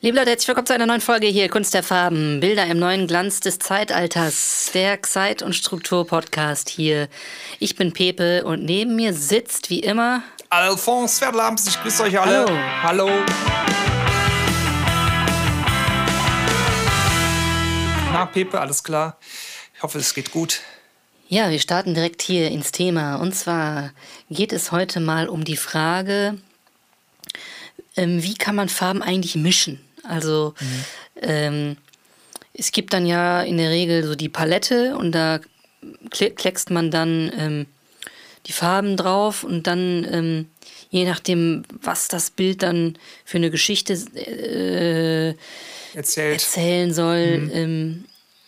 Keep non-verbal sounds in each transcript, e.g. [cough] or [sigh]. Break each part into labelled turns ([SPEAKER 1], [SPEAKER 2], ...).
[SPEAKER 1] Liebe Leute, herzlich willkommen zu einer neuen Folge hier Kunst der Farben, Bilder im neuen Glanz des Zeitalters, der Zeit- und Struktur-Podcast hier. Ich bin Pepe und neben mir sitzt wie immer
[SPEAKER 2] Alphonse Ferdlams, ich grüße euch alle. Hallo. Na, Pepe, alles klar. Ich hoffe, es geht gut.
[SPEAKER 1] Ja, wir starten direkt hier ins Thema. Und zwar geht es heute mal um die Frage, ähm, wie kann man Farben eigentlich mischen? Also ähm, es gibt dann ja in der Regel so die Palette und da kle- kleckst man dann ähm, die Farben drauf und dann ähm, je nachdem, was das Bild dann für eine Geschichte äh,
[SPEAKER 2] Erzählt.
[SPEAKER 1] erzählen soll,
[SPEAKER 2] Mhm.
[SPEAKER 1] ähm,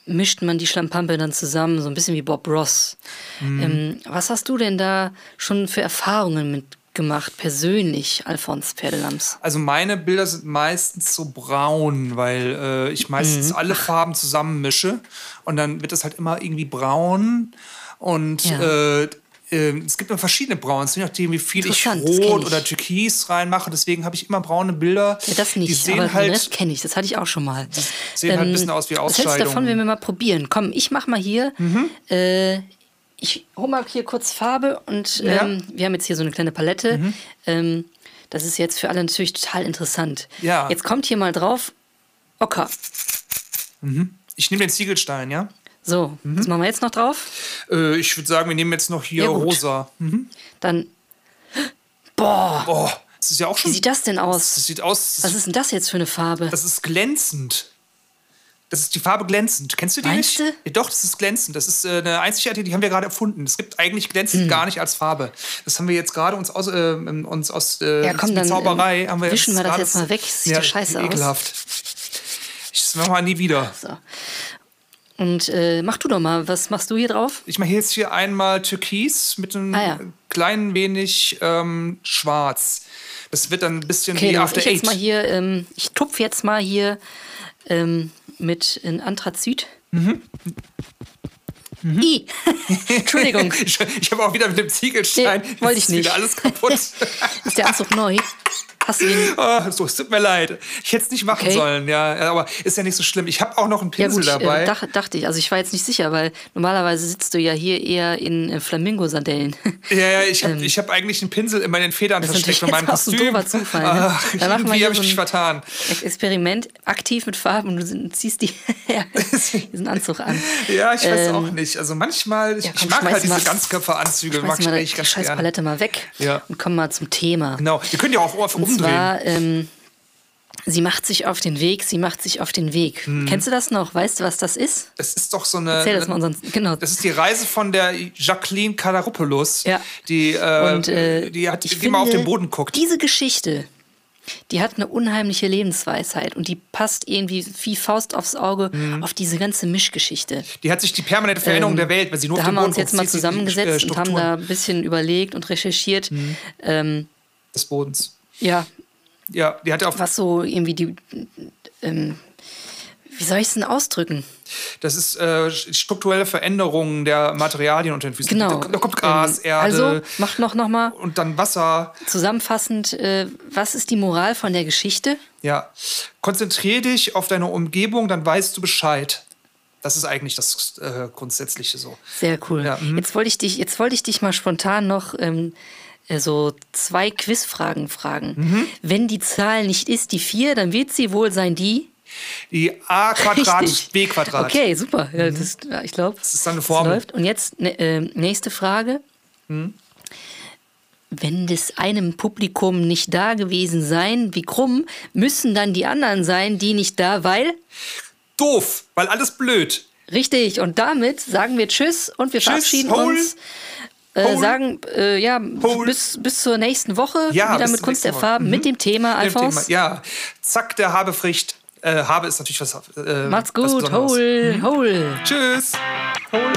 [SPEAKER 1] mischt man die Schlampampe dann zusammen, so ein bisschen wie Bob Ross.
[SPEAKER 2] Mhm.
[SPEAKER 1] Ähm, was hast du denn da schon für Erfahrungen mitgemacht, persönlich, Alfons Pferdelams?
[SPEAKER 2] Also meine Bilder sind meistens so braun, weil äh, ich meistens alle Farben zusammen mische und dann wird das halt immer irgendwie braun und
[SPEAKER 1] Ja.
[SPEAKER 2] äh, äh, es gibt immer verschiedene Brauns, je nachdem, wie viel ich
[SPEAKER 1] Interessant, das kenn
[SPEAKER 2] Rot
[SPEAKER 1] ich.
[SPEAKER 2] oder Türkis reinmache. Deswegen habe ich immer braune Bilder.
[SPEAKER 1] Ja, das
[SPEAKER 2] Die
[SPEAKER 1] nicht,
[SPEAKER 2] sehen
[SPEAKER 1] aber ne?
[SPEAKER 2] halt
[SPEAKER 1] das kenne ich, das hatte ich auch schon mal. Die
[SPEAKER 2] sehen halt ein bisschen aus wie
[SPEAKER 1] Was hältst du davon,
[SPEAKER 2] Ausscheidungen. Mhm.
[SPEAKER 1] wenn wir mal probieren? Komm, ich mach mal hier. Äh, ich hol mal hier kurz Farbe und
[SPEAKER 2] Ja. Mhm.
[SPEAKER 1] ähm, wir haben jetzt hier so eine kleine Palette. Ähm, das ist jetzt für alle natürlich total interessant.
[SPEAKER 2] Ja.
[SPEAKER 1] Jetzt kommt hier mal drauf. Ocker.
[SPEAKER 2] Ich nehme den Ziegelstein, ja?
[SPEAKER 1] So,
[SPEAKER 2] Mhm.
[SPEAKER 1] was machen wir jetzt noch drauf?
[SPEAKER 2] Äh, ich würde sagen, wir nehmen jetzt noch hier
[SPEAKER 1] Ja, gut.
[SPEAKER 2] rosa. Hm.
[SPEAKER 1] Dann. Boah,
[SPEAKER 2] Boah, das ist ja auch
[SPEAKER 1] wie
[SPEAKER 2] schon.
[SPEAKER 1] sieht das Also- denn aus?
[SPEAKER 2] das sieht aus. Das,
[SPEAKER 1] Was ist denn das jetzt für eine Farbe?
[SPEAKER 2] das ist glänzend. Das ist die Farbe glänzend. Kennst du die
[SPEAKER 1] Meinst
[SPEAKER 2] nicht?
[SPEAKER 1] du?
[SPEAKER 2] Ja, doch, das ist glänzend. Das ist äh, eine Einzigartigkeit, die haben wir gerade erfunden. Es gibt eigentlich glänzend
[SPEAKER 1] Hm.
[SPEAKER 2] gar nicht als Farbe. Das haben wir jetzt gerade uns aus, äh, ähm, uns aus äh,
[SPEAKER 1] Ja, komm,
[SPEAKER 2] mit
[SPEAKER 1] dann,
[SPEAKER 2] Zauberei.
[SPEAKER 1] ähm,
[SPEAKER 2] haben wir
[SPEAKER 1] wischen wir das
[SPEAKER 2] gerade-
[SPEAKER 1] jetzt mal weg. Sieht ja scheiße aus.
[SPEAKER 2] ekelhaft. Ich, das machen wir nie wieder.
[SPEAKER 1] So. Und äh, mach du doch mal, was machst du hier drauf?
[SPEAKER 2] Ich mache jetzt hier einmal Türkis mit einem
[SPEAKER 1] Ah, ja.
[SPEAKER 2] kleinen wenig ähm, Schwarz. Das wird dann ein bisschen
[SPEAKER 1] Okay,
[SPEAKER 2] wie
[SPEAKER 1] dann mach
[SPEAKER 2] After
[SPEAKER 1] ich jetzt mal
[SPEAKER 2] Eight.
[SPEAKER 1] hier, ähm, ich tupfe jetzt mal hier ähm, mit in Anthrazit.
[SPEAKER 2] Mhm.
[SPEAKER 1] I. [laughs] Entschuldigung,
[SPEAKER 2] [laughs] Ich, ich habe auch wieder mit dem Ziegelstein.
[SPEAKER 1] Nee,
[SPEAKER 2] jetzt
[SPEAKER 1] wollte ich
[SPEAKER 2] ist
[SPEAKER 1] nicht.
[SPEAKER 2] Wieder alles
[SPEAKER 1] [laughs]
[SPEAKER 2] kaputt.
[SPEAKER 1] ist
[SPEAKER 2] [laughs]
[SPEAKER 1] der Anzug neu? Hast du ihn?
[SPEAKER 2] oh, so, es tut mir leid. Ich hätte es nicht machen
[SPEAKER 1] Okay.
[SPEAKER 2] sollen, ja. Aber ist ja nicht so schlimm. Ich habe auch noch einen
[SPEAKER 1] Ja
[SPEAKER 2] Pinsel
[SPEAKER 1] gut,
[SPEAKER 2] dabei.
[SPEAKER 1] äh, dach, dachte ich. Also ich war jetzt nicht sicher, weil normalerweise sitzt du ja hier eher in äh, Flamingo-Sandellen.
[SPEAKER 2] ja, ja, ich habe ich hab eigentlich einen Pinsel in meinen Federn
[SPEAKER 1] Ähm, Das ist
[SPEAKER 2] versteckt und
[SPEAKER 1] natürlich
[SPEAKER 2] meinem
[SPEAKER 1] jetzt auch ein
[SPEAKER 2] Kostüm.
[SPEAKER 1] doofer Zufall, ne?
[SPEAKER 2] Ach,
[SPEAKER 1] Dann machen wir
[SPEAKER 2] irgendwie
[SPEAKER 1] hier
[SPEAKER 2] habe ich
[SPEAKER 1] so
[SPEAKER 2] mich
[SPEAKER 1] ein-
[SPEAKER 2] vertan.
[SPEAKER 1] Experiment aktiv mit Farben und du ziehst die, [laughs]
[SPEAKER 2] [laughs]
[SPEAKER 1] diesen Anzug an.
[SPEAKER 2] Ja, ich weiß
[SPEAKER 1] Ähm,
[SPEAKER 2] auch nicht. Also manchmal, ich-
[SPEAKER 1] ja, komm,
[SPEAKER 2] ich mag
[SPEAKER 1] schmeiß
[SPEAKER 2] halt
[SPEAKER 1] mal-
[SPEAKER 2] diese Ganzkörperanzüge, mag
[SPEAKER 1] Schmeiß
[SPEAKER 2] ich
[SPEAKER 1] mal
[SPEAKER 2] eigentlich
[SPEAKER 1] die
[SPEAKER 2] ganz
[SPEAKER 1] scheiß
[SPEAKER 2] gerne.
[SPEAKER 1] Palette mal weg
[SPEAKER 2] Ja.
[SPEAKER 1] und komm mal zum Thema.
[SPEAKER 2] Genau, ihr könnt ja auch auf
[SPEAKER 1] Und
[SPEAKER 2] umdrehen.
[SPEAKER 1] zwar, ähm, sie macht sich auf den Weg, sie macht sich auf den Weg.
[SPEAKER 2] Hm.
[SPEAKER 1] Kennst du das noch? Weißt du, was das ist?
[SPEAKER 2] Das ist doch so eine.
[SPEAKER 1] Erzähl das mal unseren. Genau.
[SPEAKER 2] Äh, Das ist die Reise von der Jacqueline Kadaropoulos,
[SPEAKER 1] Ja.
[SPEAKER 2] die, äh,
[SPEAKER 1] Und, äh,
[SPEAKER 2] die, hat,
[SPEAKER 1] ich
[SPEAKER 2] die mal auf
[SPEAKER 1] finde,
[SPEAKER 2] den Boden guckt.
[SPEAKER 1] Diese Geschichte, die hat eine unheimliche Lebensweisheit und die passt irgendwie wie Faust aufs Auge
[SPEAKER 2] Hm.
[SPEAKER 1] auf diese ganze Mischgeschichte.
[SPEAKER 2] Die hat sich die permanente Veränderung der Welt, weil sie nur
[SPEAKER 1] ähm, Da
[SPEAKER 2] auf
[SPEAKER 1] haben
[SPEAKER 2] den
[SPEAKER 1] wir
[SPEAKER 2] Boden
[SPEAKER 1] uns jetzt
[SPEAKER 2] guckt,
[SPEAKER 1] mal
[SPEAKER 2] sieht sie die, äh,
[SPEAKER 1] zusammengesetzt und haben
[SPEAKER 2] Strukturen Mhm.
[SPEAKER 1] da ein bisschen überlegt und recherchiert. Ähm,
[SPEAKER 2] des Bodens.
[SPEAKER 1] ja,
[SPEAKER 2] Ja, die hat auf,
[SPEAKER 1] was so irgendwie die. Ähm, wie soll ich es denn ausdrücken?
[SPEAKER 2] das ist äh, strukturelle Veränderungen der Materialien unter den Füßen.
[SPEAKER 1] Genau.
[SPEAKER 2] Da, da kommt Gras,
[SPEAKER 1] Ähm,
[SPEAKER 2] Erde
[SPEAKER 1] Also, macht noch, noch mal
[SPEAKER 2] und dann Wasser.
[SPEAKER 1] Zusammenfassend, äh, was ist die Moral von der Geschichte?
[SPEAKER 2] Ja, konzentrier dich auf deine Umgebung, dann weißt du Bescheid. Das ist eigentlich das äh, Grundsätzliche so.
[SPEAKER 1] Sehr cool.
[SPEAKER 2] Ja, mhm.
[SPEAKER 1] jetzt wollte ich dich, jetzt wollte ich dich mal spontan noch ähm, äh, so zwei Quizfragen fragen.
[SPEAKER 2] Mhm.
[SPEAKER 1] Wenn die Zahl nicht ist die vier, dann wird sie wohl sein die.
[SPEAKER 2] Die A Quadrat,
[SPEAKER 1] Richtig.
[SPEAKER 2] B Quadrat. Mhm.
[SPEAKER 1] Okay, super. Ja, das, ja, ich glaube, das
[SPEAKER 2] ist dann eine Formel. Mhm.
[SPEAKER 1] läuft. Und jetzt ne, ähm, nächste Frage. Wenn das einem Publikum nicht da gewesen sein, wie krumm, müssen dann die anderen sein, die nicht da, weil?
[SPEAKER 2] Doof, weil alles blöd.
[SPEAKER 1] Richtig, und damit sagen wir Tschüss und wir verabschieden
[SPEAKER 2] hol,
[SPEAKER 1] uns. Äh,
[SPEAKER 2] hol,
[SPEAKER 1] sagen, äh, ja,
[SPEAKER 2] hol.
[SPEAKER 1] bis, bis zur nächsten Woche
[SPEAKER 2] Ja,
[SPEAKER 1] wieder
[SPEAKER 2] bis
[SPEAKER 1] mit
[SPEAKER 2] zur
[SPEAKER 1] Kunst der
[SPEAKER 2] nächsten Woche. Mhm.
[SPEAKER 1] Farben, mit dem Thema,
[SPEAKER 2] Mit dem
[SPEAKER 1] Alphonse.
[SPEAKER 2] Thema. Ja, zack, der Habe Fricht. Äh, Habe ist natürlich was. Mhm. Äh,
[SPEAKER 1] Macht's
[SPEAKER 2] was
[SPEAKER 1] gut,
[SPEAKER 2] Besonderes.
[SPEAKER 1] hol, hol.
[SPEAKER 2] Tschüss. Hol.